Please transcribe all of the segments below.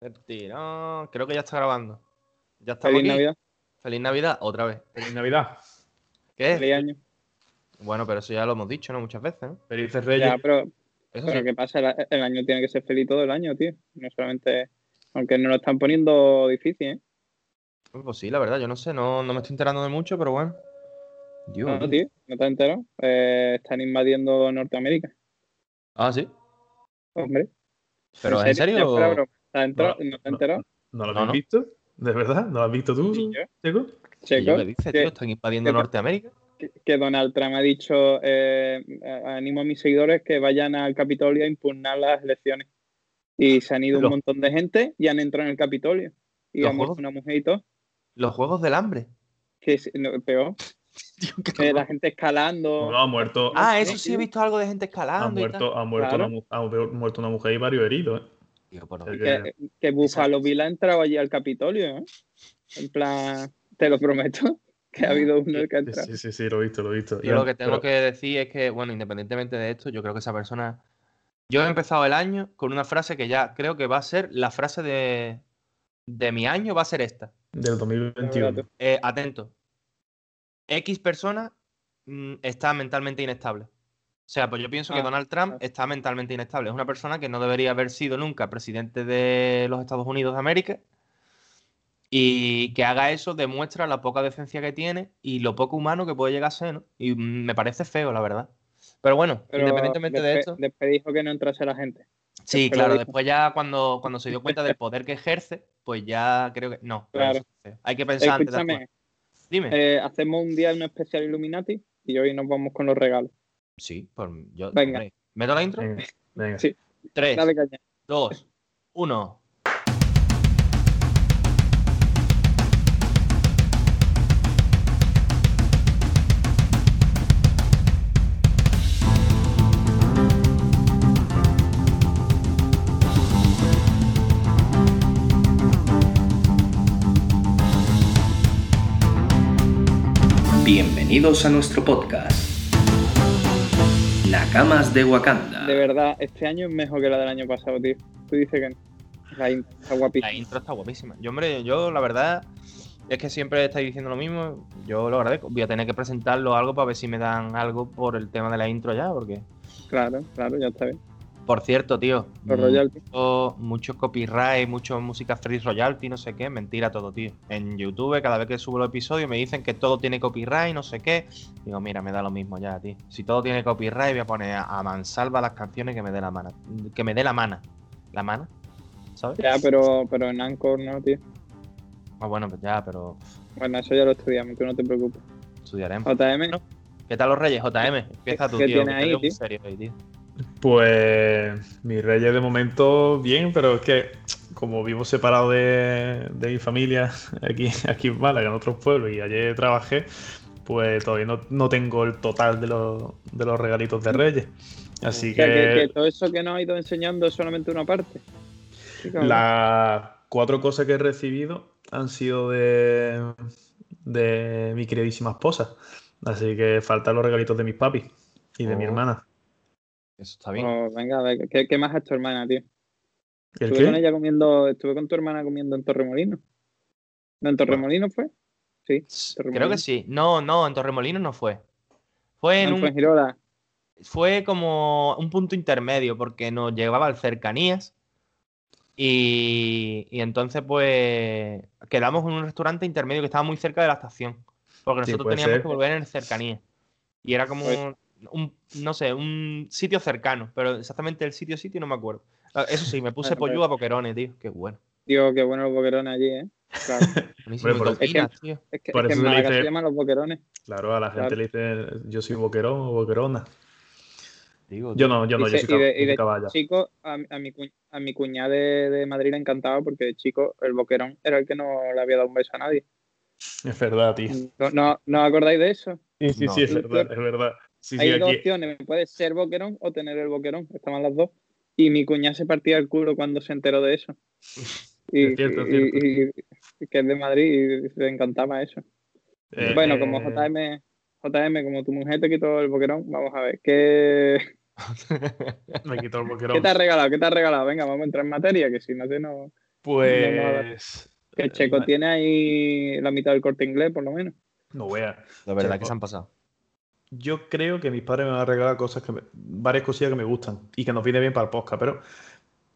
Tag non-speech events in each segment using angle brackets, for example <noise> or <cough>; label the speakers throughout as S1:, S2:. S1: El tirón. Creo que ya está grabando. Ya está.
S2: Feliz Navidad.
S1: Feliz Navidad, otra vez.
S3: Feliz Navidad.
S1: ¿Qué es?
S2: Feliz año.
S1: Bueno, pero eso ya lo hemos dicho, ¿no? Muchas veces, ¿no?
S3: Felices
S2: Ya,
S3: Reyes.
S2: pero,
S1: Eso
S2: pero
S1: sí.
S2: ¿qué pasa? El, el año tiene que ser feliz todo el año, tío. No solamente. Aunque no lo están poniendo difícil, ¿eh?
S1: Pues sí, la verdad, yo no sé, no, no me estoy enterando de mucho, pero bueno. Dios.
S2: No, tío, no te has enterado. Eh, están invadiendo Norteamérica.
S1: Ah, sí.
S2: Hombre.
S1: Pero ¿es en serio?
S2: Ya fuera broma. ¿Te has enterado?
S3: No,
S2: ¿No, te has enterado?
S3: ¿No lo
S1: No,
S3: habéis
S1: no.
S3: visto? ¿De verdad? ¿No lo has visto tú,
S2: Sí, yo.
S3: Checo?
S1: ¿Y yo
S2: Checo,
S1: qué dices,
S2: que-
S1: tío? ¿Están invadiendo
S2: que-
S1: Norteamérica?
S2: que, que Donald Trump ha dicho: eh, animo a mis seguidores que vayan al Capitolio a impugnar las elecciones. Y se han ido un
S1: Lo-
S2: montón de gente y han entrado en el Capitolio. Y
S1: Lo
S2: ha muerto
S1: juro.
S2: una mujer y todo.
S1: Los Juegos del Hambre.
S2: Que es no, peor.
S1: Tío, qué
S2: Eh, la
S1: horror.
S2: gente escalando.
S3: No, ha muerto.
S1: Ah,
S2: no,
S1: eso
S2: no,
S1: sí, he
S2: tío.
S1: visto algo de gente
S3: Ha
S1: escalando. y tal.
S3: muerto, ha muerto,
S2: Claro.
S3: una, mu- ha mu- muerto una mujer y varios heridos. ¿eh?
S1: Tío, por
S3: El
S1: favor.
S3: que-
S2: que, que Buffalo Bill ha entrado allí al Capitolio, ¿eh? En plan, te lo prometo, <laughs> que ha habido uno que ha entrado.
S3: Sí, sí, sí, lo he visto, lo he visto. Y
S1: Yo lo
S3: han-
S1: que tengo
S3: pero-
S1: que decir es que, bueno, independientemente de esto, yo creo que esa persona. Yo he empezado el año con una frase que ya creo que va a ser la frase de, de mi año, va a ser esta.
S3: Del 2021.
S2: Claro.
S1: Eh, atento. X persona mm, está mentalmente inestable. O sea, pues yo pienso que
S2: Ah,
S1: Donald Trump
S2: ah.
S1: está mentalmente inestable. Es una persona que no debería haber sido nunca presidente de los Estados Unidos de América. Y que haga eso demuestra la poca decencia que tiene y lo poco humano que puede llegar a ser, ¿no? Y mm, me parece feo, la verdad. Pero bueno,
S2: Pero
S1: independientemente de
S2: despe-
S1: esto.
S2: Después dijo que no entrase la gente.
S1: Sí,
S2: Después lo
S1: claro,
S2: dijo.
S1: después ya cuando, cuando se dio cuenta del poder que ejerce, pues ya creo que. No,
S2: Claro.
S1: eso es feo. hay que pensar antes de actuar.
S2: Escúchame,
S1: Dime.
S2: eh, hacemos un día un especial Illuminati y hoy nos vamos con los regalos.
S1: Sí, por yo.
S2: Venga.
S1: hombre, ¿Meto la intro?
S2: <laughs>
S3: Venga, venga.
S2: Sí.
S1: Tres,
S2: Dale caña.
S1: dos, uno.
S4: Bienvenidos a nuestro podcast. Nakamas de Wakanda.
S2: De verdad, este año es mejor que la del año pasado, tío. Tú dices que no. La in- está
S1: La
S2: guapísima.
S1: intro está guapísima. Yo, hombre, yo la verdad es que siempre estáis diciendo lo mismo. Yo lo agradezco. Voy a tener que presentarlo algo para ver si me dan algo por el tema de la intro ya, porque.
S2: Claro, claro, ya está bien.
S1: Por cierto, tío.
S2: Los
S1: mm,
S2: royalties.
S1: mucho, mucho copyright, mucho música free royalty, no sé qué, mentira todo, tío. En YouTube, cada vez que subo los episodios, me dicen que todo tiene copyright, no sé qué. Digo, mira, me da lo mismo ya, tío. Si todo tiene copyright, voy a poner a, a mansalva las canciones que me dé la mano. Que me dé la mano. ¿La mano? ¿Sabes?
S2: Ya, pero, pero en Anchor no, tío.
S1: Ah, bueno, pues ya, pero
S2: Bueno, eso ya lo estudiamos, tú no te preocupes.
S1: estudiaremos.
S2: JM,
S1: No, ¿Qué tal los reyes, JM? Empieza tú,
S2: Ah. ¿Qué
S1: tío.
S2: tiene
S1: que te
S2: ahí,
S1: veo muy
S2: tío?
S1: serio hoy, tío.
S3: Pues mis reyes de momento bien, pero es que como vivo separado de, de mi familia <laughs> aquí, aquí en Málaga, en otros pueblos, y ayer trabajé, pues todavía no, no tengo el total de los, de los regalitos de reyes. Así
S2: o sea, que, que
S3: que
S2: todo eso que nos ha ido enseñando es solamente una parte. Sí, cabrón.
S3: las cuatro cosas que he recibido han sido de, de mi queridísima esposa. Así que faltan los regalitos de mis papis y de mi
S1: Oh.
S3: hermana.
S1: Eso está bien.
S2: Oh, venga, a ver, ¿qué, qué más es tu hermana, tío?
S3: ¿El
S2: estuve
S3: qué?
S2: con ella comiendo, estuve con tu hermana comiendo en Torremolino. ¿No en Torremolino fue? Sí,
S1: Creo que sí. No, no, en Torremolinos no fue. Fue en
S2: no,
S1: un
S2: fue en Girola.
S1: fue como un punto intermedio porque nos llevaba al cercanías y, y entonces pues quedamos en un restaurante intermedio que estaba muy cerca de la estación porque
S3: Sí,
S1: nosotros
S3: puede
S1: teníamos
S3: ser.
S1: que volver en cercanías y era como
S2: Pues-
S1: un, un- no sé un sitio cercano pero exactamente el sitio sitio no me acuerdo Ah, eso sí me puse
S2: Bueno, pero-
S3: pues
S1: pollo a boquerones tío qué bueno
S2: Digo, qué bueno los boquerones allí, ¿eh?
S3: <laughs>
S2: Claro.
S1: buenísimo
S3: por-
S1: y toquinas, tío.
S2: Es que,
S3: Por
S2: es que en
S3: eso se le
S2: Málaga
S3: dice-
S2: se llaman los boquerones.
S3: Claro, a la gente le dicen yo soy boquerón o boquerona.
S1: Digo,
S3: Yo no, yo no,
S2: Y
S3: yo
S2: se-
S3: soy,
S2: y de- y
S3: cab- yo
S2: de
S3: soy caballa.
S2: Chico, a, mi- a mi, cu- a mi cuñada de, de Madrid le encantaba porque de chico el boquerón era el que no le había dado un beso a nadie.
S3: Es verdad, tío.
S2: ¿No, no, no os acordáis de eso?
S3: Sí, sí,
S1: No.
S3: sí, es verdad, es verdad. Sí, sí,
S2: Hay dos
S3: aquí.
S2: opciones, puede ser boquerón o tener el boquerón, estaban las dos. Y mi cuñada se partía el culo cuando se enteró de eso. Y,
S3: <laughs> Es cierto, es
S2: y-
S3: cierto.
S2: y- y que es de Madrid y le encantaba eso.
S3: eh,
S2: bueno,
S3: eh,
S2: como
S3: <laughs>
S2: JM, JM, como tu mujer te quitó el boquerón, vamos a ver, ¿qué,
S3: Me quitó el
S2: qué
S3: <laughs> boquerón.
S2: te ha regalado? ¿Qué te ha regalado? Venga, vamos a entrar en materia, que si no te no...
S3: Pues.
S2: Que Checo
S3: eh,
S2: tiene ahí la mitad del corte inglés, por lo menos.
S3: No veas.
S1: La verdad
S3: Checo.
S1: que se han pasado.
S3: Yo creo que mis padres me van a regalar cosas que me- varias cosillas que me gustan y que nos viene bien para el podcast, pero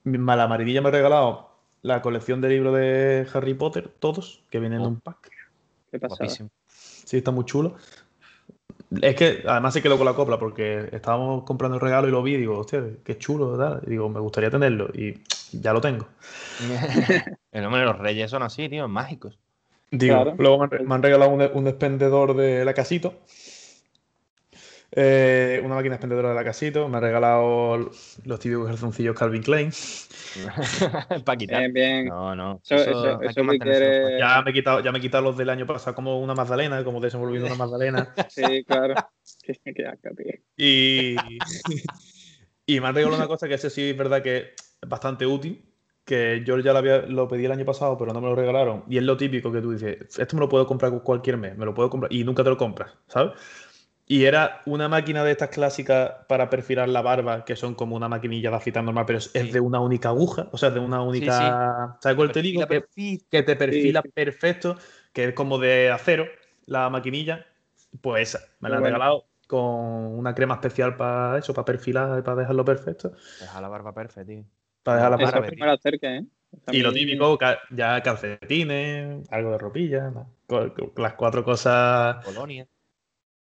S3: mi- ma- la marinilla me ha regalado la colección de libros de Harry Potter, todos, que vienen en
S1: Oh.
S3: un pack.
S2: Qué pasada.
S3: <laughs>
S1: Guapísimo.
S3: Sí, está muy chulo. Es que además se quedó con la copla porque estábamos comprando el regalo y lo vi y digo, hostia, qué chulo, tal. Y digo, me gustaría tenerlo y ya lo tengo.
S1: El nombre de los reyes son así, tío, mágicos. <laughs>
S3: Digo,
S2: Claro.
S3: luego me han, re- me han regalado un, de- un despendedor de la casito. Eh, una máquina expendedora de la casito. Me han regalado los típicos calzoncillos Calvin Klein.
S1: Para quitar.
S2: Bien, bien.
S1: No, no.
S2: Eso- eso-
S1: hay que
S2: eso sí
S1: mantenerse
S2: que
S1: los
S2: eres-
S3: Ya me he quitado, ya me he quitado los del año pasado, como una magdalena, como desenvolviendo una magdalena.
S2: Sí, claro. <laughs> Sí, sí, qué asco, tío.
S3: Y, <laughs> y me han regalado una cosa que ese sí es verdad que es bastante útil, que yo ya lo, había, lo pedí el año pasado, pero no me lo regalaron. Y es lo típico que tú dices, esto me lo puedo comprar cu- cualquier mes, me lo puedo comprar y nunca te lo compras, ¿sabes? Y era una máquina de estas clásicas para perfilar la barba, que son como una maquinilla de afeitar normal, pero es, es
S1: Sí.
S3: de una única aguja, o sea, de una única... ¿Sabes cuál te digo?
S1: Perfila,
S3: Que-
S1: perfil.
S3: que te perfila
S2: sí.
S3: perfecto, que es como de acero, la maquinilla, pues esa, me la han
S2: Muy bueno.
S3: regalado con una crema especial para eso, para perfilar, para dejarlo perfecto,
S1: Deja la barba perfecta, tío.
S3: para dejar la
S1: Eso
S2: Esa
S1: Maravilla.
S3: barba.
S2: es primera cerca, ¿eh? Esa
S3: Y lo
S2: a mí-
S3: típico, ca- ya calcetines, algo de ropilla, ¿no? Co- co- las cuatro cosas.
S1: Colonia.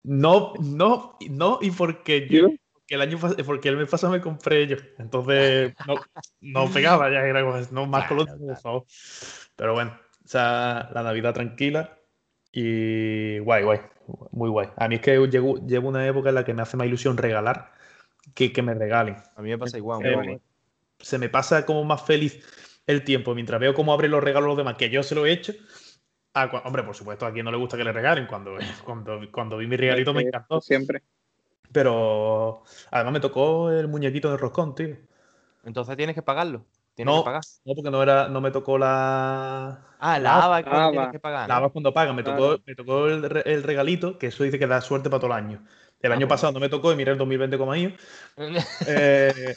S3: No, no, no, y porque yo,
S2: Yo,
S3: que el año pas- porque el mes pasado me compré yo, entonces no,
S1: <laughs>
S3: no pegaba, ya era como, no, más
S1: Claro,
S3: color, por
S1: claro.
S3: favor. Pero bueno, o sea, la Navidad tranquila y guay, guay, muy guay. A mí es que llevo, llevo una época en la que me hace más ilusión regalar que que me regalen.
S1: A mí me pasa igual.
S3: Eh,
S1: un poco.
S3: Se me pasa como más feliz el tiempo mientras veo cómo abren los regalos los demás, que yo se lo he hecho. Ah, cua- hombre, por supuesto, a quien no le gusta que le regalen. Cuando, cuando, cuando vi mi regalito me
S2: eh,
S3: encantó.
S2: Siempre.
S3: Pero además me tocó el muñequito de roscón, tío.
S1: Entonces tienes que pagarlo. Tienes
S3: No.
S1: que pagar.
S3: No, porque no era, no me tocó la.
S1: Ah, la ABA que
S2: ABA.
S1: tienes que pagar. <laughs>
S3: La
S1: ¿no?
S3: vas cuando pagan. Me tocó,
S2: Claro.
S3: me tocó el, re- el regalito, que eso dice que da suerte para todo el año. El
S1: Ah,
S3: año
S1: bueno.
S3: pasado no me tocó y miré el 2020 como <laughs> ahí. Eh,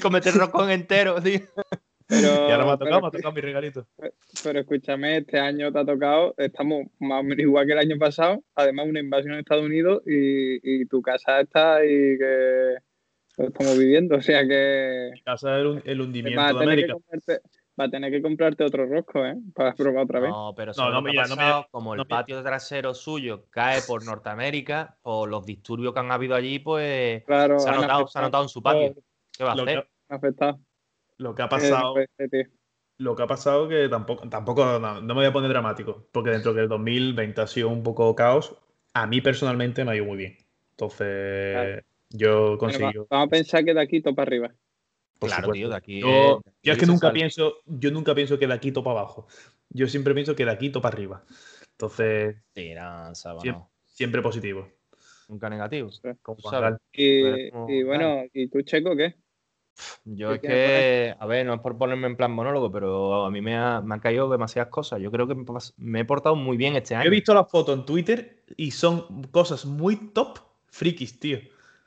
S1: Cometer rocón entero, tío.
S2: Pero,
S3: <laughs> y ahora me ha
S2: pero,
S3: tocado, me ha tocado mi regalito.
S2: pero escúchame, este año te ha tocado, estamos más o menos igual que el año pasado, además una invasión en Estados Unidos y, y tu casa está y que lo estamos viviendo, o sea que
S3: Casa el, hun- el
S2: va a,
S3: hundimiento de
S2: tener que
S3: América.
S2: comprarte, va a tener que comprarte otro rosco, ¿eh? Para probar otra vez.
S1: No, pero ¿sabes
S3: no,
S1: lo que ha
S3: mira, no me-
S1: pasado? como el
S3: no me-
S1: patio trasero suyo cae por Norteamérica, por los disturbios que han habido allí, pues
S2: claro,
S1: se ha
S2: han
S1: notado, se ha
S2: afectado-
S1: notado en su patio. ¿Qué va a
S3: Lo que,
S1: hacer?
S2: han afectado.
S3: lo que ha
S2: Eh,
S3: pasado.
S2: pues, eh, tío.
S3: Lo que ha pasado que tampoco, tampoco no, no me voy a poner dramático, porque dentro que el 2020 ha sido un poco caos, a mí personalmente me ha ido muy bien. Entonces,
S2: Claro.
S3: yo
S2: Bueno, va-
S3: consigo.
S2: vamos a pensar que de aquí topa arriba.
S3: por
S1: claro,
S3: supuesto.
S1: tío, de aquí.
S3: Yo,
S1: eh,
S3: yo es
S1: aquí
S3: que
S1: se
S3: nunca
S1: sale.
S3: pienso, yo nunca pienso que de aquí topa abajo. Yo siempre pienso que de aquí topa arriba. Entonces,
S1: Tiranza,
S3: Siempre.
S1: bueno,
S3: siempre positivo.
S1: nunca negativo.
S2: Sí.
S1: Como
S3: Juan
S1: sabes.
S3: Gal.
S2: Y,
S1: Pues, como-
S2: y bueno, ¿y tú, Checo, qué?
S1: Yo es
S2: ¿Qué tienes por
S1: que, a ver, no es por ponerme en plan monólogo, pero a mí me, ha- me han caído demasiadas cosas. Yo creo que me, pas- me he portado muy bien este
S3: Yo
S1: año.
S3: he visto las fotos en Twitter y son cosas muy top frikis, tío.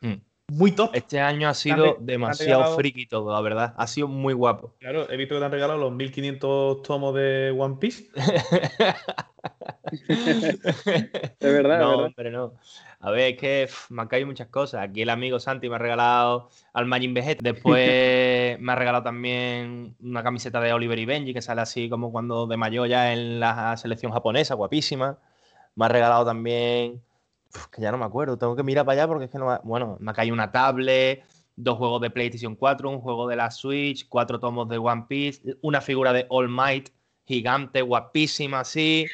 S1: Mm.
S3: Muy top.
S1: Este año ha
S3: te-
S1: sido
S3: te han
S1: demasiado
S3: regalado-
S1: friki todo, la verdad. Ha sido muy guapo.
S3: Claro, he visto que te han regalado los 1500 tomos de One Piece.
S2: De verdad, de
S1: No,
S2: verdad.
S1: hombre, no. A ver, es que pf, me han caído muchas cosas. Aquí el amigo Santi me ha regalado al Majin Vegeta.
S3: <laughs>
S1: Después me ha regalado también una camiseta de Oliver y Benji, que sale así como cuando de mayor ya en la selección japonesa, guapísima. Me ha regalado también. pf, que ya no me acuerdo, tengo que mirar para allá porque es que no. me- Bueno, me ha caído una tablet, dos juegos de PlayStation 4, un juego de la Switch, cuatro tomos de One Piece, una figura de All Might gigante, guapísima, así.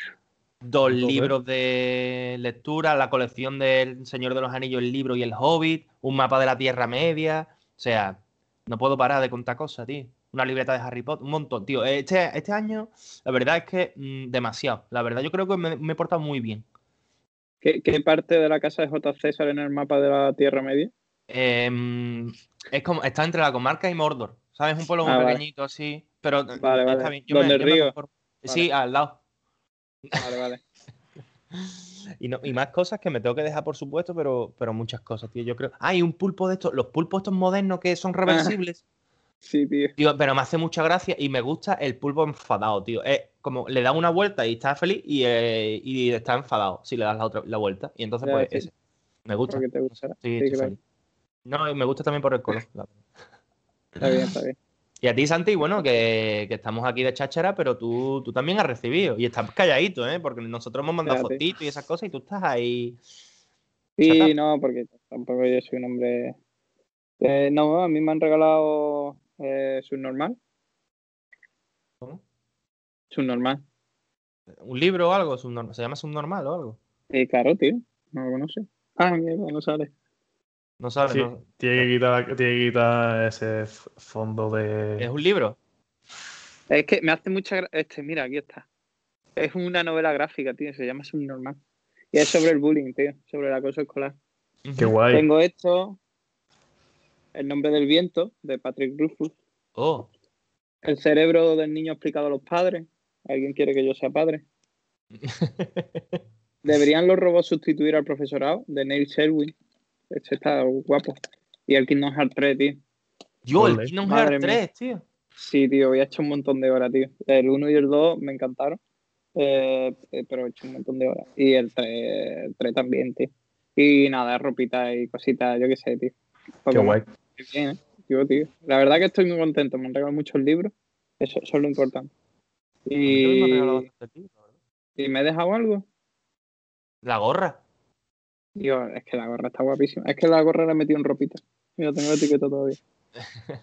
S1: Dos
S3: Joder.
S1: libros de lectura, la colección del Señor de los Anillos, el libro y el Hobbit, un mapa de la Tierra Media. O sea, no puedo parar de contar cosas, tío. Una libreta de Harry Potter, un montón, tío. Este, este año, la verdad es que mm, demasiado. La verdad, yo creo que me, me he portado muy bien.
S2: ¿Qué, qué parte de la casa de JC sale en el mapa de la Tierra Media?
S1: Eh, es como, está entre la comarca y Mordor, ¿sabes? Un pueblo muy
S2: Ah, vale.
S1: pequeñito así, pero eh,
S2: Vale,
S1: está
S2: vale.
S1: bien. Yo me-
S2: ¿Donde el
S1: yo me
S2: río?
S1: conformo. Sí, al lado.
S2: Vale, vale.
S1: Y, no- y más cosas que me tengo que dejar, por supuesto,
S2: <laughs>
S1: pero, pero muchas cosas, tío. Yo creo. Ah, y un pulpo de estos. Los pulpos estos modernos que son reversibles.
S2: <laughs> Sí, tío.
S1: Tío, pero me hace mucha gracia y me gusta el pulpo enfadado, tío. Es como le da una vuelta y está feliz y, eh, y está enfadado si le das la otra la vuelta. Y entonces,
S2: Ya,
S1: pues,
S2: sí.
S1: ese. me gusta.
S2: Porque te gustará.
S1: Sí,
S2: Sí,
S1: estoy
S2: claro.
S1: feliz. No, y me gusta también por el color. la verdad.
S2: Está bien, está <laughs> bien.
S1: Y a ti, Santi, bueno, que, que estamos aquí de cháchara, pero tú, tú también has recibido. Y estás calladito, ¿eh? Porque nosotros hemos mandado
S2: Fíjate.
S1: fotitos y esas cosas y tú estás ahí.
S2: Sí,
S1: Chatarra.
S2: no, porque tampoco yo soy un hombre. Eh, no, a mí me han regalado eh, subnormal.
S1: ¿Cómo?
S2: Subnormal.
S1: ¿Un libro o algo? subnorm- ¿Se llama subnormal o algo?
S2: Eh, claro, tío. No lo conoce. Ah, mierda, no sale.
S1: No sabes,
S3: Sí,
S1: no-
S3: Tiene que quitar, tiene que quitar ese f- fondo
S1: ¿Es
S3: de.
S1: un libro?
S2: Es que me hace mucha. gra- Este, mira, aquí está. Es una novela gráfica, tío. Se llama Subnormal. Y es sobre el bullying, tío. Sobre el acoso escolar.
S3: Qué
S1: Ujú.
S3: guay.
S2: Tengo esto. El nombre del viento, de Patrick Rufus.
S1: Oh,
S2: El cerebro del niño explicado a los padres. ¿Alguien quiere que yo sea
S3: <laughs>
S2: padre? ¿Deberían los robots sustituir al profesorado? De Neil Sherwin. Este está guapo. Y el Kingdom Hearts 3, tío.
S1: Dios, el
S3: Ole.
S1: Kingdom
S2: Madre
S1: Hearts
S2: mía.
S1: 3, tío.
S2: Sí, tío, voy a echar un montón de horas, tío. El 1 y el 2 me encantaron. eh, eh, pero he hecho un montón de horas. Y el 3, el 3 también, tío. Y nada, ropita y cositas, yo qué sé, tío.
S3: Qué
S2: Pokémon.
S3: guay.
S2: Qué bien, ¿eh? Tío, tío. La verdad que estoy muy contento. Me han regalado muchos libros. Eso, eso es lo importante.
S1: Yo me he
S2: Y,
S1: regalado bastante libro, la verdad.
S2: y me he dejado algo.
S1: La gorra.
S2: Digo, es que la gorra está guapísima. Es que la gorra la he metido en ropita. Mira, tengo la
S1: <laughs>
S2: etiqueta todavía.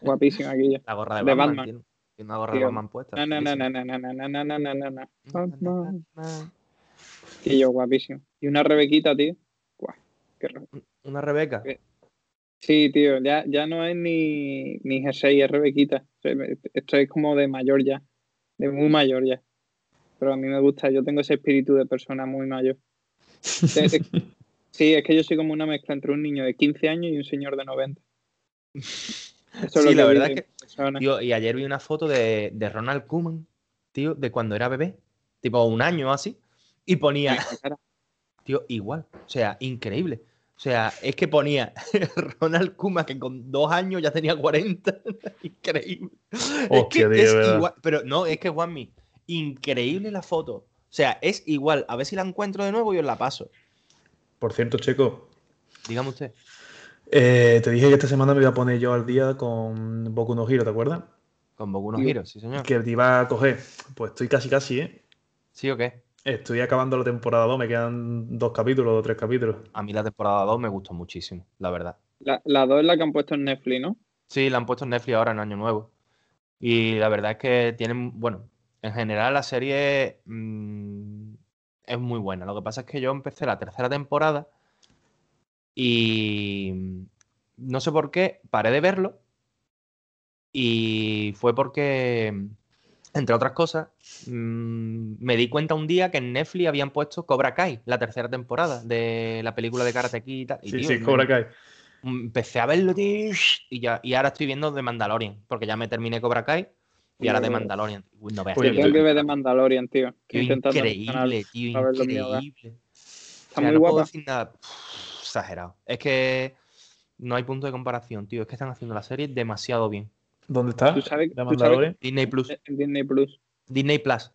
S2: Guapísima aquí ya.
S1: La gorra de,
S2: De
S1: Batman.
S2: Batman.
S1: Tiene, tiene una gorra de
S2: Tío.
S1: Batman puesta.
S2: No, no, no,
S1: chulísima.
S2: no, no, no, no, no, no, no, no, no. Batman.
S1: Na, na, na.
S2: Y yo, guapísimo. Y una Rebequita, tío. Guau, qué re-
S1: Una Rebeca.
S2: Eh. Sí, tío, ya, ya no es ni, ni jersey, es Rebequita. Se me- Esto es como de mayor ya, de muy mayor ya. Pero a mí me gusta, yo tengo ese espíritu de persona muy mayor.
S1: <laughs>
S2: De- de- sí, es que yo soy como una mezcla entre un niño de 15 años y un señor de 90. Eso es
S1: Sí, la
S2: vi
S1: verdad
S2: de
S1: es que-
S2: mi persona.
S1: Tío, y ayer vi una foto de, de Ronald Koeman, tío, de cuando era bebé. Tipo un año o así. Y ponía, tío, igual. O sea, increíble. O sea, es que ponía <laughs> Ronald Koeman que con dos años ya tenía 40. <laughs> increíble. es que
S3: Hostia, tío,
S1: es
S3: ¿verdad?
S1: igual. Pero no, es que Juanmi, increíble la foto. O sea, es igual. A ver si la encuentro de nuevo y os la paso.
S3: Por cierto, Checo,
S1: Dígame usted.
S3: eh, te dije que esta semana me iba a poner yo al día con Boku no Hero, ¿te acuerdas?
S1: Con Boku no
S2: Tío.
S1: Hero, sí, señor.
S3: Que te iba a coger. Pues estoy casi, casi, ¿eh?
S1: ¿Sí o qué?
S3: Estoy acabando la temporada 2, me quedan dos capítulos o tres capítulos.
S1: A mí la temporada 2 me gustó muchísimo, la verdad.
S2: La, la dos es la que han puesto en Netflix, ¿no?
S1: Sí, la han puesto en Netflix ahora en Año Nuevo. Y la verdad es que tienen, bueno, en general la serie mm, es muy buena. Lo que pasa es que yo empecé la tercera temporada y mm, no sé por qué paré de verlo. Y fue porque, mm, entre otras cosas, mm, me di cuenta un día que en Netflix habían puesto Cobra Kai, la tercera temporada de la película de Karate Kid y tal. Y,
S3: Sí,
S1: tío,
S3: sí,
S1: me-
S3: Cobra Kai.
S1: Empecé a verlo, tío, y, ya, y ahora estoy viendo The Mandalorian, porque ya me terminé Cobra Kai y ahora The Mandalorian. Uy, no veas,
S3: Oye,
S2: Pues Yo tengo
S1: tío,
S2: que ver de Mandalorian, tío.
S1: tío,
S2: Estoy intentando ganar-
S1: increíble, tío,
S2: a ver los míos, ¿verdad?
S1: increíble. O
S2: Está
S1: sea,
S2: muy
S1: no puedo
S2: guapa.
S1: decir nada Uf, exagerado. Es que no hay punto de comparación, tío. Es que están haciendo la serie demasiado bien.
S3: ¿Dónde está?
S2: ¿Tú sabes-
S3: La
S2: tú sabes-
S3: Mandalorian.
S1: Disney Plus,
S2: En Disney Plus.
S1: Disney Plus.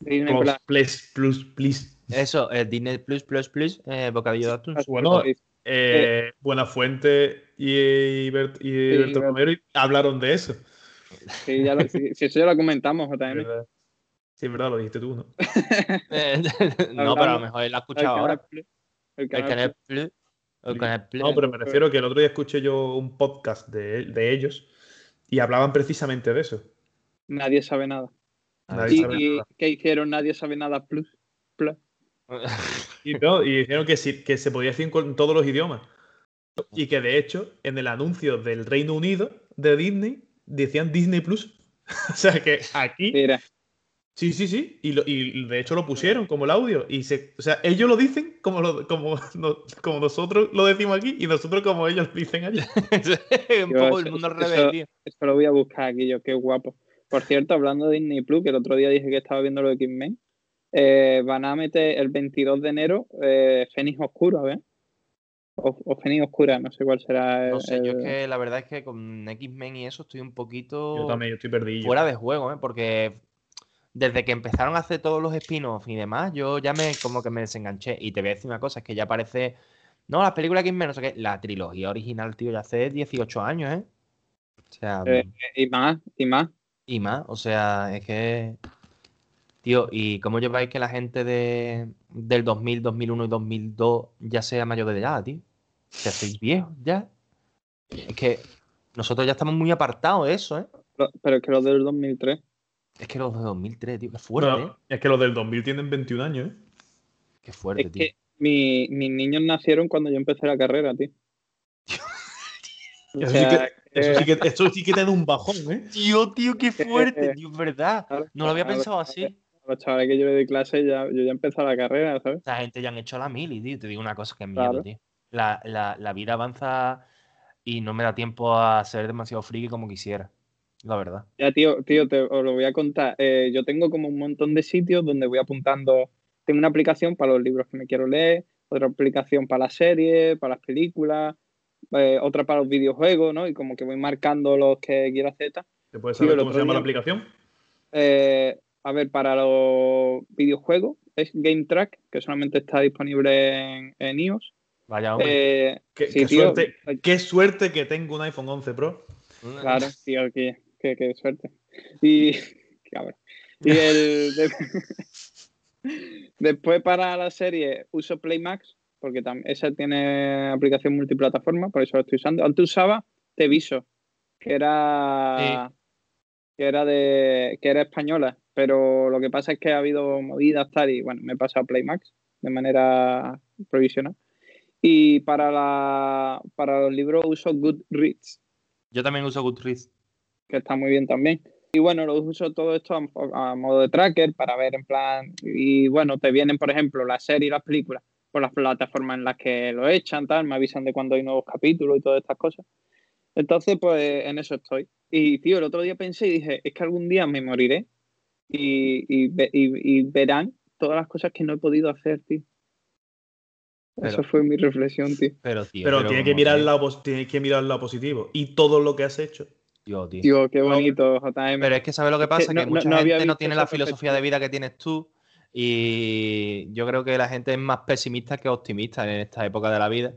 S2: Disney
S3: Plus,
S2: Plus.
S1: Pues,
S3: please, plus, please.
S1: Eso, eh, Disney Plus, Plus, Plus, eh, bocadillo de atún.
S2: <laughs>
S3: Bueno,
S2: Sí,
S3: Eh, Buenafuente y, y, Bert- y Berto
S2: Bert-
S3: Romero y- hablaron de eso.
S2: sí, ya lo- sí, sí, eso ya lo comentamos, JM.
S3: ¿verdad? Sí, es verdad, lo dijiste tú, ¿no?
S1: Eh, <laughs> no, pero a lo mejor él la ha
S2: El
S1: escuchado
S2: canal
S1: ahora.
S2: Plus, el
S1: El
S2: canal
S1: canal
S2: Plus.
S1: Plus, el canal Plus.
S3: No, pero me refiero que el otro día escuché yo un podcast de, de ellos y hablaban precisamente de eso.
S2: Nadie sabe nada.
S1: Nadie
S2: ¿Y,
S3: sabe
S2: y
S3: nada.
S2: qué hicieron? Nadie sabe nada Plus. Plus.
S3: Y, no, y dijeron que, sí, que se podía decir en cual- en todos los idiomas. Y que de hecho, en el anuncio del Reino Unido de Disney, decían Disney Plus. <laughs> o sea que aquí
S2: Mira,
S3: Sí, sí, sí. Y, lo- y de hecho lo pusieron como el audio. Y se, o sea, ellos lo dicen como, lo- como, <laughs> no- como nosotros lo decimos aquí y nosotros como ellos lo dicen allá.
S1: <laughs> un
S2: Yo,
S1: poco el
S2: eso-
S1: mundo al
S2: eso-
S1: revés, tío.
S2: esto lo voy a buscar aquí yo, qué guapo. Por cierto, hablando de Disney Plus, que el otro día dije que estaba viendo lo de Kingman, eh, van a meter el 22 de enero eh, Fénix Oscuro, ¿ves? O, o Fénix Oscura, no sé cuál será. el-
S1: No sé, yo
S2: el-
S1: es que la verdad es que con X-Men y eso estoy un poquito
S3: Yo también, yo estoy perdido.
S1: fuera de juego, ¿eh? porque desde que empezaron a hacer todos los spin-offs y demás, yo ya me como que me desenganché. Y te voy a decir una cosa, es que ya parece. No, las películas que menos, que la trilogía original, tío, ya hace 18 años, ¿eh? O sea,
S2: Eh, Y más, y más.
S1: y más, o sea, es que. Tío, ¿y cómo lleváis que la gente de, del 2000, 2001 y 2002 ya sea mayor de edad, tío? Ya sois viejos, ya. Es que nosotros ya estamos muy apartados de eso, ¿eh?
S2: Lo- Pero es que los del 2003.
S1: Es que los de 2003, tío, qué fuerte,
S3: Bueno,
S1: ¿eh?
S3: es que los del 2000 tienen 21 años, ¿eh?
S1: Qué fuerte,
S2: Es
S1: tío.
S2: que mi- mis niños nacieron cuando yo empecé la
S1: <laughs>
S2: carrera, tío. O
S3: Eso sí
S2: sea,
S3: que, eso
S2: eh,
S3: sí que, esto sí que te da un bajón, ¿eh?
S1: Tío, tío, qué
S2: <laughs>
S1: fuerte, tío, es verdad.
S2: claro,
S1: No lo había
S2: a los
S1: pensado
S2: chavales-
S1: así.
S2: A los chavales que yo le doy clase, ya, yo ya he empezado la carrera, ¿sabes?
S1: Esta gente ya han hecho la mili, tío. Te digo una cosa que miedo,
S2: Claro.
S1: tío. La, la- la vida avanza y no me da tiempo a ser demasiado friki como quisiera. La verdad.
S2: Ya, tío, tío, te os lo voy a contar. Eh, yo tengo como un montón de sitios donde voy apuntando. Tengo una aplicación para los libros que me quiero leer, otra aplicación para las series, para las películas, eh, otra para los videojuegos, ¿no? Y como que voy marcando los que quiero hacer. tal.
S3: ¿Te puedes
S2: Sí,
S3: saber
S2: el
S3: cómo se
S2: otro
S3: llama la
S2: día-
S3: aplicación?
S2: Eh, a ver, para los videojuegos es Game Track, que solamente está disponible en, en iOS.
S1: Vaya, hombre.
S2: Eh,
S3: Qué,
S2: sí,
S3: qué
S2: tío.
S3: suerte, qué suerte que tengo un iPhone 11 Pro.
S2: Claro, tío, qué, qué- qué suerte. Y. <laughs> qué cabrón. Y el. de- <laughs> Después para la serie uso Playmax, porque tam- esa tiene aplicación multiplataforma, por eso la estoy usando. Antes usaba Teviso, que era. Que era de. que era española. Pero lo que pasa es que ha habido movidas tal y bueno, me he pasado a Playmax de manera provisional. Y para la para los libros uso Goodreads
S1: Yo también uso Goodreads.
S2: que está muy bien también. Y bueno, lo uso todo esto a, a modo de tracker para ver en plan, y bueno, te vienen, por ejemplo, las series y las películas por las plataformas en las que lo echan, tal, me avisan de cuando hay nuevos capítulos y todas estas cosas. Entonces, pues en eso estoy. Y, tío, el otro día pensé y dije, es que algún día me moriré y, y ve- y- y verán todas las cosas que no he podido hacer, tío. Eso
S1: Pero-
S2: fue mi reflexión, tío.
S1: Pero, tío.
S3: Pero, tiene que mirar
S1: la
S3: la pos- tiene que mirar la positivo. Y todo lo que has hecho.
S1: Tío, tío.
S2: Tío, qué bonito, JM.
S1: Pero es que ¿sabes lo que
S2: Es que
S1: pasa?
S2: no-
S1: Que
S2: no-
S1: mucha
S2: no había
S1: gente no
S2: visto
S1: tiene
S2: esa
S1: la filosofía de vida que tienes tú y yo creo que la gente es más pesimista que optimista en esta época de la vida.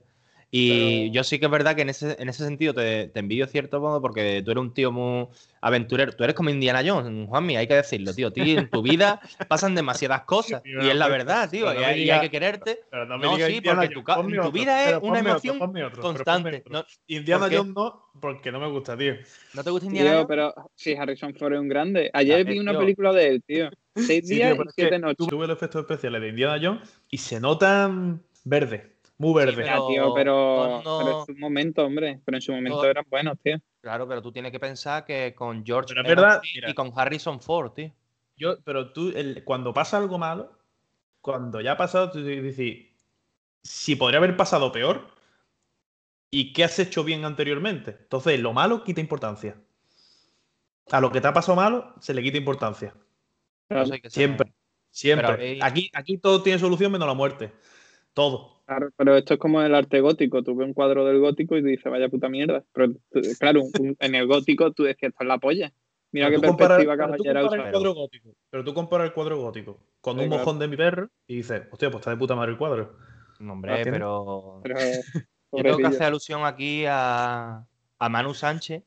S1: Y
S2: Pero-
S1: yo sí que es verdad que en ese, en ese sentido te, te envidio cierto modo porque tú eres un tío muy aventurero. Tú eres como Indiana Jones, Juanmi, hay que decirlo, tío. Tío, en tu vida pasan
S3: <laughs>
S1: demasiadas cosas
S3: Tío,
S1: y es la
S3: pero-
S1: verdad, tío.
S3: pero
S1: Y
S3: no me
S1: hay, y
S3: digas-
S1: hay que quererte.
S3: Pero me
S1: No,
S3: digas
S1: sí,
S3: Indiana
S1: porque tu
S3: Jones,
S1: ca-
S3: ponme
S1: tu
S3: otro,
S1: vida es
S3: pero
S1: una
S3: ponme otro,
S1: emoción
S3: ponme otro, pero ponme
S1: Constante.
S3: otro.
S1: ¿No,
S3: Indiana
S1: ¿Por qué?
S3: Jones no, porque no me gusta, tío.
S1: ¿no te gusta Indiana
S2: Tío,
S1: Jones?
S2: pero si Harrison Ford es un grande. Ayer
S1: Ya,
S2: vi
S1: eh,
S2: una
S1: tío.
S2: película de él, tío. Seis
S3: <laughs> Sí,
S2: días
S3: tío,
S2: y
S3: pero es que
S2: siete noches.
S3: Tuve los efectos especiales de Indiana Jones y se notan verde, muy verde.
S1: pero-
S2: Ya, tío, pero,
S1: todo el
S2: pero
S1: mundo-
S2: en su momento, hombre. Pero en su momento
S1: Todo-
S2: eran buenos, tío.
S1: Claro, pero tú tienes que pensar que con George
S3: Pero es
S1: Evans
S3: verdad,
S1: y-
S3: mira.
S1: y con Harrison Ford, tío.
S3: Yo, pero tú, el- cuando pasa algo malo, cuando ya ha pasado, tú dices, si podría haber pasado peor, ¿y qué has hecho bien anteriormente? Entonces, lo malo quita importancia. A lo que te ha pasado malo, se le quita importancia.
S1: No sé qué se-
S3: Siempre. Siempre.
S1: Pero, eh,
S3: aquí, aquí todo tiene solución menos la muerte. Todo.
S2: Claro, pero esto es como el arte gótico. Tú ves un cuadro del gótico y dices, vaya puta mierda. Pero tú- claro, un- en el gótico tú decías, esto es la polla. Mira qué
S3: tú comparas-
S2: perspectiva
S3: pero tú
S2: caballera
S3: comparas
S2: usa.
S3: el cuadro gótico. Pero tú comparas el cuadro gótico con
S2: Sí,
S3: un
S2: claro.
S3: mojón de mi perro y dices, hostia, pues está de puta madre
S1: <laughs>
S3: el cuadro.
S1: No,
S3: ¿Ah,
S1: hombre,
S3: tiene?
S1: pero.
S3: <laughs>
S1: Yo
S2: Pero,
S1: tengo que
S2: pobrecillo.
S1: hacer alusión aquí a, a Manu Sánchez,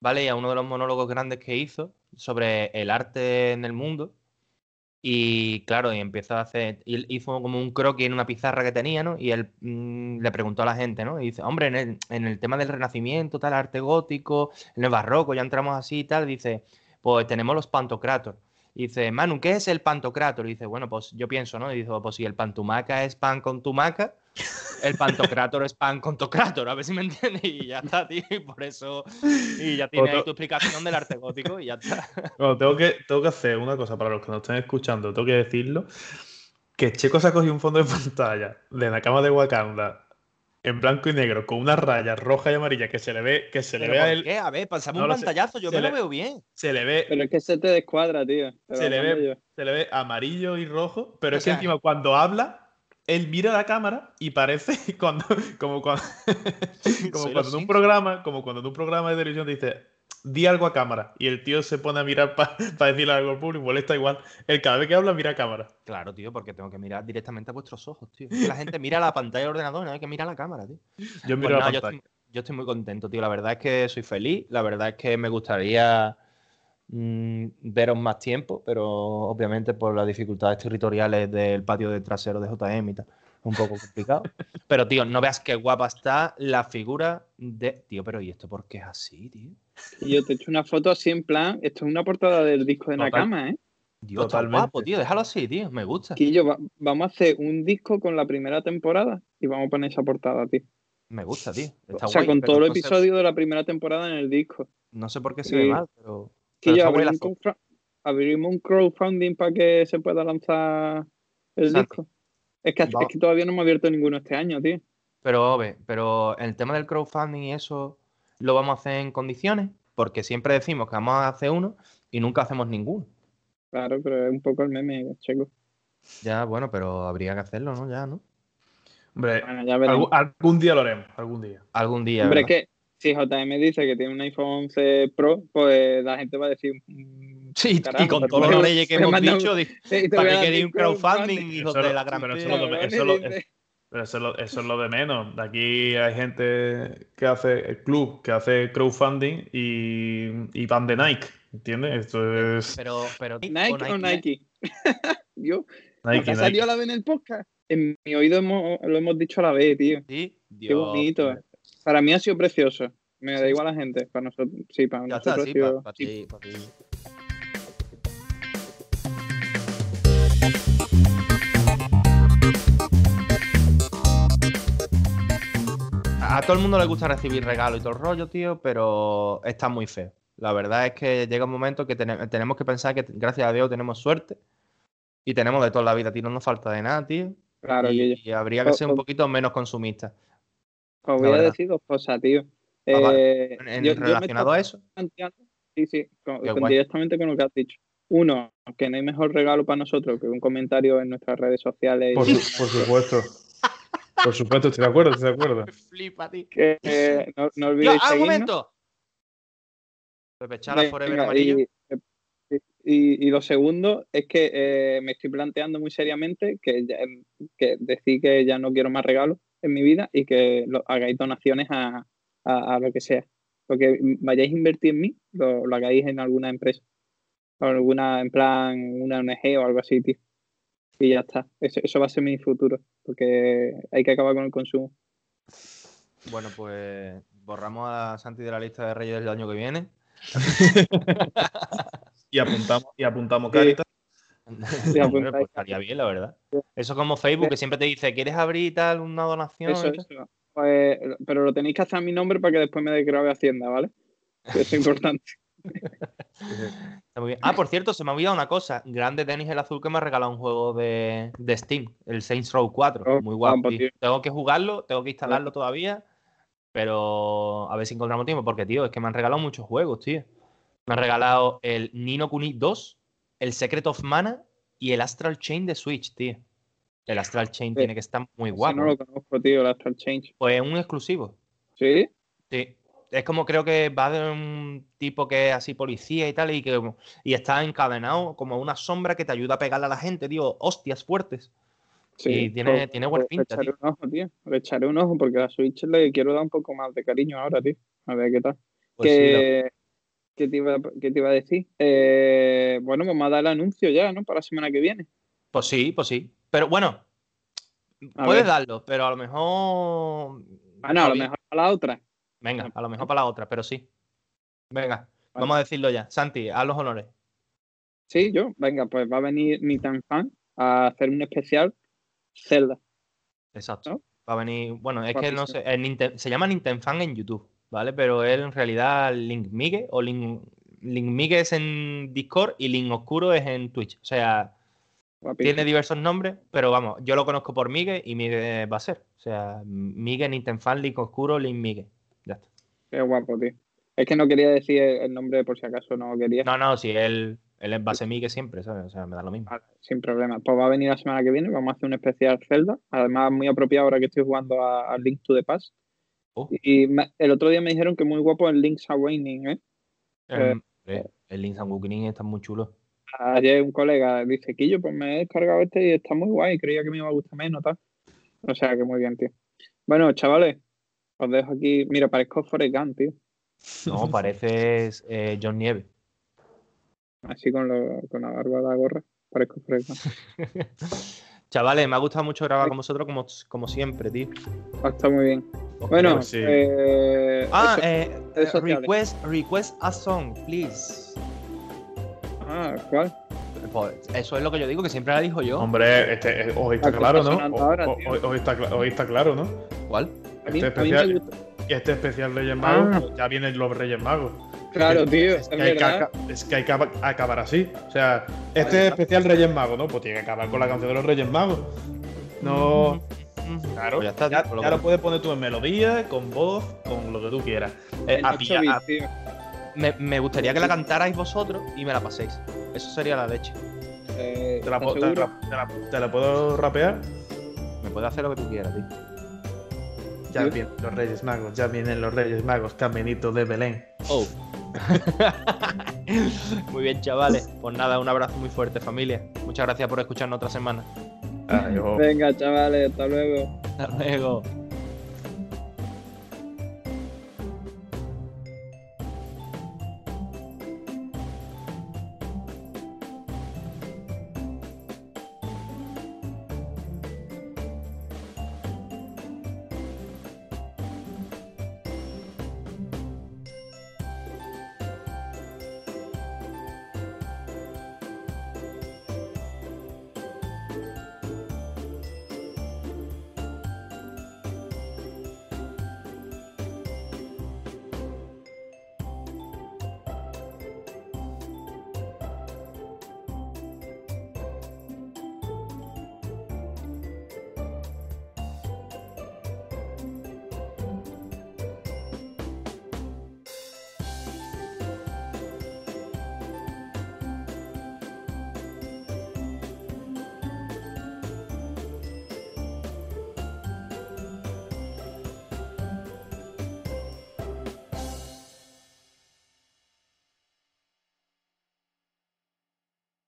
S1: ¿vale? Y a uno de los monólogos grandes que hizo sobre el arte en el mundo. Y claro, y empezó a hacer. y él Hizo como un croquis en una pizarra que tenía, ¿no? Y él mm, le preguntó a la gente, ¿no? Y dice, hombre, en el, en el tema del renacimiento, tal, arte gótico, en el barroco, ya entramos así y tal. Dice, pues tenemos los pantocrator. Y dice, Manu, ¿qué es el pantocrator? Y dice, bueno, pues yo pienso, ¿no? Y dice, pues si el pantumaca es pan con tumaca, el pantocrator es pan con tocrator, a ver si me entiendes. Y ya está, <laughs> tío. Y por eso. Y ya tienes ahí
S3: Otro-
S1: tu explicación del arte gótico y ya está.
S3: Bueno, tengo que, tengo que hacer una cosa para los que nos estén escuchando, tengo que decirlo. Que Checo se ha cogido un fondo de <laughs> pantalla de la cama de Wakanda en blanco y negro con una raya roja y amarilla que se le ve, que se le
S1: Pero
S3: ve a
S1: ¿por
S3: él,
S1: qué? A ver, pasamos
S3: No
S1: un
S3: lo sé.
S1: pantallazo, yo
S3: Se
S1: me
S3: le-
S1: lo veo bien.
S3: se le ve,
S2: Pero es que se te descuadra, tío. Te
S3: Se
S2: lo
S3: le
S2: mando
S3: ve-
S2: yo.
S3: se le ve amarillo y rojo, pero
S1: O
S3: es que
S1: sea-
S3: encima cuando habla, él mira la cámara y parece <laughs> cuando, como cuando, <laughs> como
S1: Soy
S3: cuando
S1: los
S3: en un
S1: Simpson.
S3: programa, como cuando en un programa de televisión te dice di algo a cámara y el tío se pone a mirar <laughs> para decirle algo al público, molesta igual. Él cada vez que habla mira a cámara.
S1: Claro, tío, porque tengo que mirar directamente a vuestros ojos, tío. Es que La gente mira la pantalla del ordenador, no hay que mirar la cámara, tío.
S3: Yo miro
S1: Pues
S3: la
S1: nada, yo,
S3: pantalla.
S1: estoy, yo estoy muy contento, tío. La verdad es que soy feliz. La verdad es que me gustaría mm, veros más tiempo, pero obviamente por las dificultades territoriales del patio de trasero de JM y tal. es Un <laughs> poco complicado. Pero, tío, no veas qué guapa está la figura de. Tío, pero ¿y esto por qué es así, tío?
S2: Y yo te echo una foto así en plan, esto es una portada del disco de
S3: Total.
S2: Nakama, ¿eh?
S1: Dios, está
S3: Totalmente.
S1: guapo, tío. Déjalo así, tío. Me gusta.
S2: Quillo, va- vamos a hacer un disco con la primera temporada y vamos a poner esa portada, tío.
S1: Me gusta, tío. Está
S2: o sea,
S1: guay,
S2: con
S1: pero
S2: todos los
S1: entonces-
S2: episodios de la primera temporada en el disco.
S1: No sé por qué se ve
S2: Sí.
S1: mal, pero. Pero
S2: Quillo,
S1: está guay la
S2: abrimos un,
S1: foto.
S2: crowdfra- abrimos un crowdfunding para que se pueda lanzar el
S1: Santi.
S2: disco. Es que, es
S1: Va-
S2: que todavía no me ha abierto ninguno este año, tío.
S1: Pero, Ove, pero el tema del crowdfunding y eso lo vamos a hacer en condiciones, porque siempre decimos que vamos a hacer uno y nunca hacemos ninguno.
S2: Claro, pero es un poco el meme, checo.
S1: Ya, bueno, pero habría que hacerlo, ¿no? Ya, ¿no?
S3: Hombre,
S2: Bueno, ya veremos.
S3: algún, algún día lo haremos, algún día.
S1: Algún día.
S2: Hombre, es
S1: ¿verdad?
S2: que si JM dice que tiene un iPhone 11 Pro, pues la gente va a decir. mm,
S1: Sí,
S2: Carajo,
S1: y con
S2: pero
S1: todos
S2: me-
S1: los leyes que
S2: me
S1: hemos
S2: mandan-
S1: dicho, di-
S2: "Hey, te voy a
S1: ¿para qué
S2: dar
S1: queréis
S2: mi
S1: un crowdfunding, hijos
S3: Eso
S1: de
S3: lo-
S1: la gran
S3: pero eso
S1: puta?
S3: lo-
S2: Cabrones,
S3: eso lo-
S2: dice.
S3: Pero eso es, lo, eso es lo de menos. Aquí hay gente que hace, el club que hace crowdfunding y, y van de Nike, ¿entiendes? Esto es
S1: Pero, pero
S2: ¿Nike o Nike? <laughs> Yo,
S3: Nike,
S2: ha
S3: Nike.
S2: salido a la vez en el podcast. En mi oído hemos- lo hemos dicho a la vez, tío.
S1: Sí,
S2: Qué
S1: Dios,
S2: bonito.
S1: tío.
S2: eh. Para mí ha sido precioso. Me da igual a la gente. Para nosotros, sí, para
S1: Ya
S2: nosotros
S1: está,
S2: ha
S1: sí,
S2: sido-
S1: para ti, pa' ti. A todo el mundo le gusta recibir regalos y todo el rollo, tío, pero está muy feo. La verdad es que llega un momento que tene- tenemos que pensar que, gracias a Dios, tenemos suerte y tenemos de toda la vida, tío. No nos falta de nada, tío.
S2: Claro,
S1: y,
S2: Guillo.
S1: y habría que
S2: O-
S1: ser un
S2: o-
S1: poquito menos consumista.
S2: Os
S1: La
S2: voy a
S1: verdad.
S2: decir dos cosas, tío.
S1: Ah,
S2: Eh,
S1: En- en-
S2: yo- yo me
S1: relacionado a
S2: estaba <laughs>
S1: eso,
S2: planteando- Sí, sí, con-
S1: Qué
S2: con-
S1: guay.
S2: directamente con lo que has dicho. Uno, que no hay mejor regalo para nosotros que un comentario en nuestras redes sociales.
S3: Por,
S2: y-
S3: su- por supuesto. Por supuesto, estoy de acuerdo, estoy de acuerdo.
S1: flipa, tío.
S2: que, eh, no, no
S1: Yo,
S2: olvidéis
S1: ¡Ah, un
S2: seguirnos.
S1: momento! Pepe Chala
S2: Venga,
S1: Forever
S2: y- eh,
S1: Amarillo.
S2: Y, y lo segundo es que eh, me estoy planteando muy seriamente que, ya- em, que decir que ya no quiero más regalos en mi vida y que lo- hagáis donaciones a, a- a lo que sea. Lo que vayáis a invertir en mí, lo, lo hagáis en alguna empresa. O alguna, en plan, una ONG o algo así, tío. Y ya está. Eso, eso va a ser mi futuro. Porque hay que acabar con el
S1: <laughs>
S2: consumo.
S1: Bueno, pues borramos a Santi de la lista de Reyes del año que viene.
S3: Y apuntamos, y apuntamos Caritas.
S1: Hombre,
S2: apuntáis.
S1: pues estaría bien, la verdad. Eso es como Facebook, que siempre te dice, ¿quieres abrir tal una donación?
S2: Eso,
S1: Y tal.
S2: eso. Pues, pero lo tenéis que hacer a mi nombre para que después me declare Hacienda, ¿vale? Eso
S1: <laughs>
S2: es importante.
S1: Está muy bien. Ah, por cierto, se me ha olvidado una cosa. Grande Denis el Azul que me ha regalado un juego de, de Steam, el Saints Row 4.
S2: Oh,
S1: muy guapo.
S2: guapo,
S1: tío.
S2: tío.
S1: Tengo que jugarlo, tengo que instalarlo todavía, pero a ver si encontramos tiempo, porque, tío, es que me han regalado muchos juegos, tío. Me han regalado el Nino Kuni 2, el Secret of Mana y el Astral Chain de Switch, tío. El Astral Chain
S2: Eh,
S1: tiene que estar muy
S2: Ese
S1: guapo. ¿eh?
S2: no lo conozco, tío, el Astral Change.
S1: Pues es un exclusivo.
S2: ¿Sí?
S1: Sí. Es como creo que va de un tipo que es así policía y tal, y que como- y está encadenado como a una sombra que te ayuda a pegarle a la gente, tío. Hostias fuertes.
S2: Sí.
S1: Y tiene-
S2: Pues-
S1: tiene buena
S2: pues
S1: pinta,
S2: Le echaré un ojo, tío. Le echaré un ojo porque a Switch le quiero dar un poco más de cariño ahora, tío. A ver qué tal.
S1: Pues sí, la-
S2: que, ¿qué te iba, qué te iba a decir? Eh, bueno, vamos a dar el anuncio ya, ¿no? Para la semana que viene.
S1: pues sí, pues sí. Pero bueno,
S2: A
S1: puedes
S2: ver.
S1: darlo, pero a lo mejor.
S2: Ah, no, a lo
S1: Javi-
S2: mejor a la otra.
S1: Venga, a lo mejor para la otra, pero sí. Venga,
S2: Vale.
S1: vamos a decirlo ya. Santi, haz los honores.
S2: Sí, yo. Venga, pues va a venir mi tan fan a hacer un especial Zelda.
S1: Exacto.
S2: ¿No?
S1: Va a venir. Bueno, es que no sé.
S2: Guapísimo.
S1: el Ninten- se llama Nintenfan en YouTube, ¿vale? Pero él en realidad Link Migue o Link. Link Migue es en Discord y Link Oscuro es en Twitch. O sea,
S2: Guapísimo.
S1: tiene diversos nombres, pero vamos, yo lo conozco por Migue y Migue va a ser. O sea, Migue, Nintenfan, Link Oscuro, Link Migue. Ya está.
S2: Qué guapo, tío. Es que no quería decir el el nombre por si acaso no quería.
S1: No, no, sí, él. Él es base mí que siempre, ¿sabes? O sea, me da lo mismo.
S2: Vale, Ah, sin problema. Pues va a venir la semana que viene, vamos a hacer un especial Zelda. Además, muy apropiado ahora que estoy jugando a, a Link to the Past.
S1: Oh.
S2: Y me- el otro día me dijeron que muy guapo el Link's Awakening, ¿eh?
S1: Eh, el Link San Wukunin está muy chulo.
S2: Ayer un colega dice, Quillo, pues me he descargado este y está muy guay, creía que me iba a gustar menos, tal. O sea, que muy bien, tío. Bueno, chavales, os dejo aquí. Mira, parezco Forrest Gump, tío.
S1: No, pareces eh, John Nieve.
S2: Así con, lo- con la barba, la gorra. Parezco Forrest Gump.
S1: <laughs> Chavales, me ha gustado mucho grabar con vosotros como, como siempre, tío.
S2: Ah, Está muy bien. Bueno,
S3: sí.
S2: eh,
S1: Ah,
S2: eso-
S1: eh,
S2: redes
S1: eh,
S2: sociales.
S1: request, request a song, please.
S2: ah, ¿cuál?
S1: Pues, eso es lo que yo digo, que siempre la dijo yo.
S3: Hombre, este, eh, hoy está
S2: Aquí
S3: claro,
S2: está
S3: ¿no?
S2: sonando
S3: Hoy,
S2: ahora,
S3: hoy-
S2: tío.
S3: hoy- hoy está, cla- hoy está claro, ¿no?
S1: ¿Cuál?
S2: A mí,
S3: Este
S2: a mí me
S3: especial-
S2: gusta.
S3: Y este especial Reyes
S2: Ah.
S3: Magos, pues, ya vienen los Reyes Magos.
S2: Claro, tío, es
S3: Es que, hay que,
S2: verdad.
S3: aca- es que hay que aca- acabar así. O sea, este especial Reyes Magos, ¿no? Pues tiene que acabar con la canción de los Reyes Magos. No.
S2: Mm.
S3: Claro,
S1: Pues ya está, tío,
S3: ya,
S1: por lo
S3: ya
S1: que-
S3: lo puedes poner tú en melodía, con voz, con lo que tú quieras. Eh,
S2: En
S3: a
S2: ocho
S3: pillar-
S2: bits,
S3: a-
S2: tío.
S1: Me, me gustaría que la cantarais vosotros y me la paséis. Eso sería la leche.
S2: Eh,
S3: te, la,
S2: ¿estás
S3: puedo- te,
S2: seguro?
S3: la, te la- te la puedo rapear.
S1: Me puedes hacer lo que tú quieras, tío.
S3: Ya
S2: Sí.
S3: vienen los Reyes Magos, ya vienen los Reyes Magos, Caminito
S2: <laughs>
S3: de Belén.
S1: Oh. <laughs> muy bien, chavales. Pues nada, un abrazo muy fuerte, familia. Muchas gracias por escucharnos otra semana.
S3: Ay, ojo.
S2: Venga, chavales, hasta luego.
S1: Hasta luego.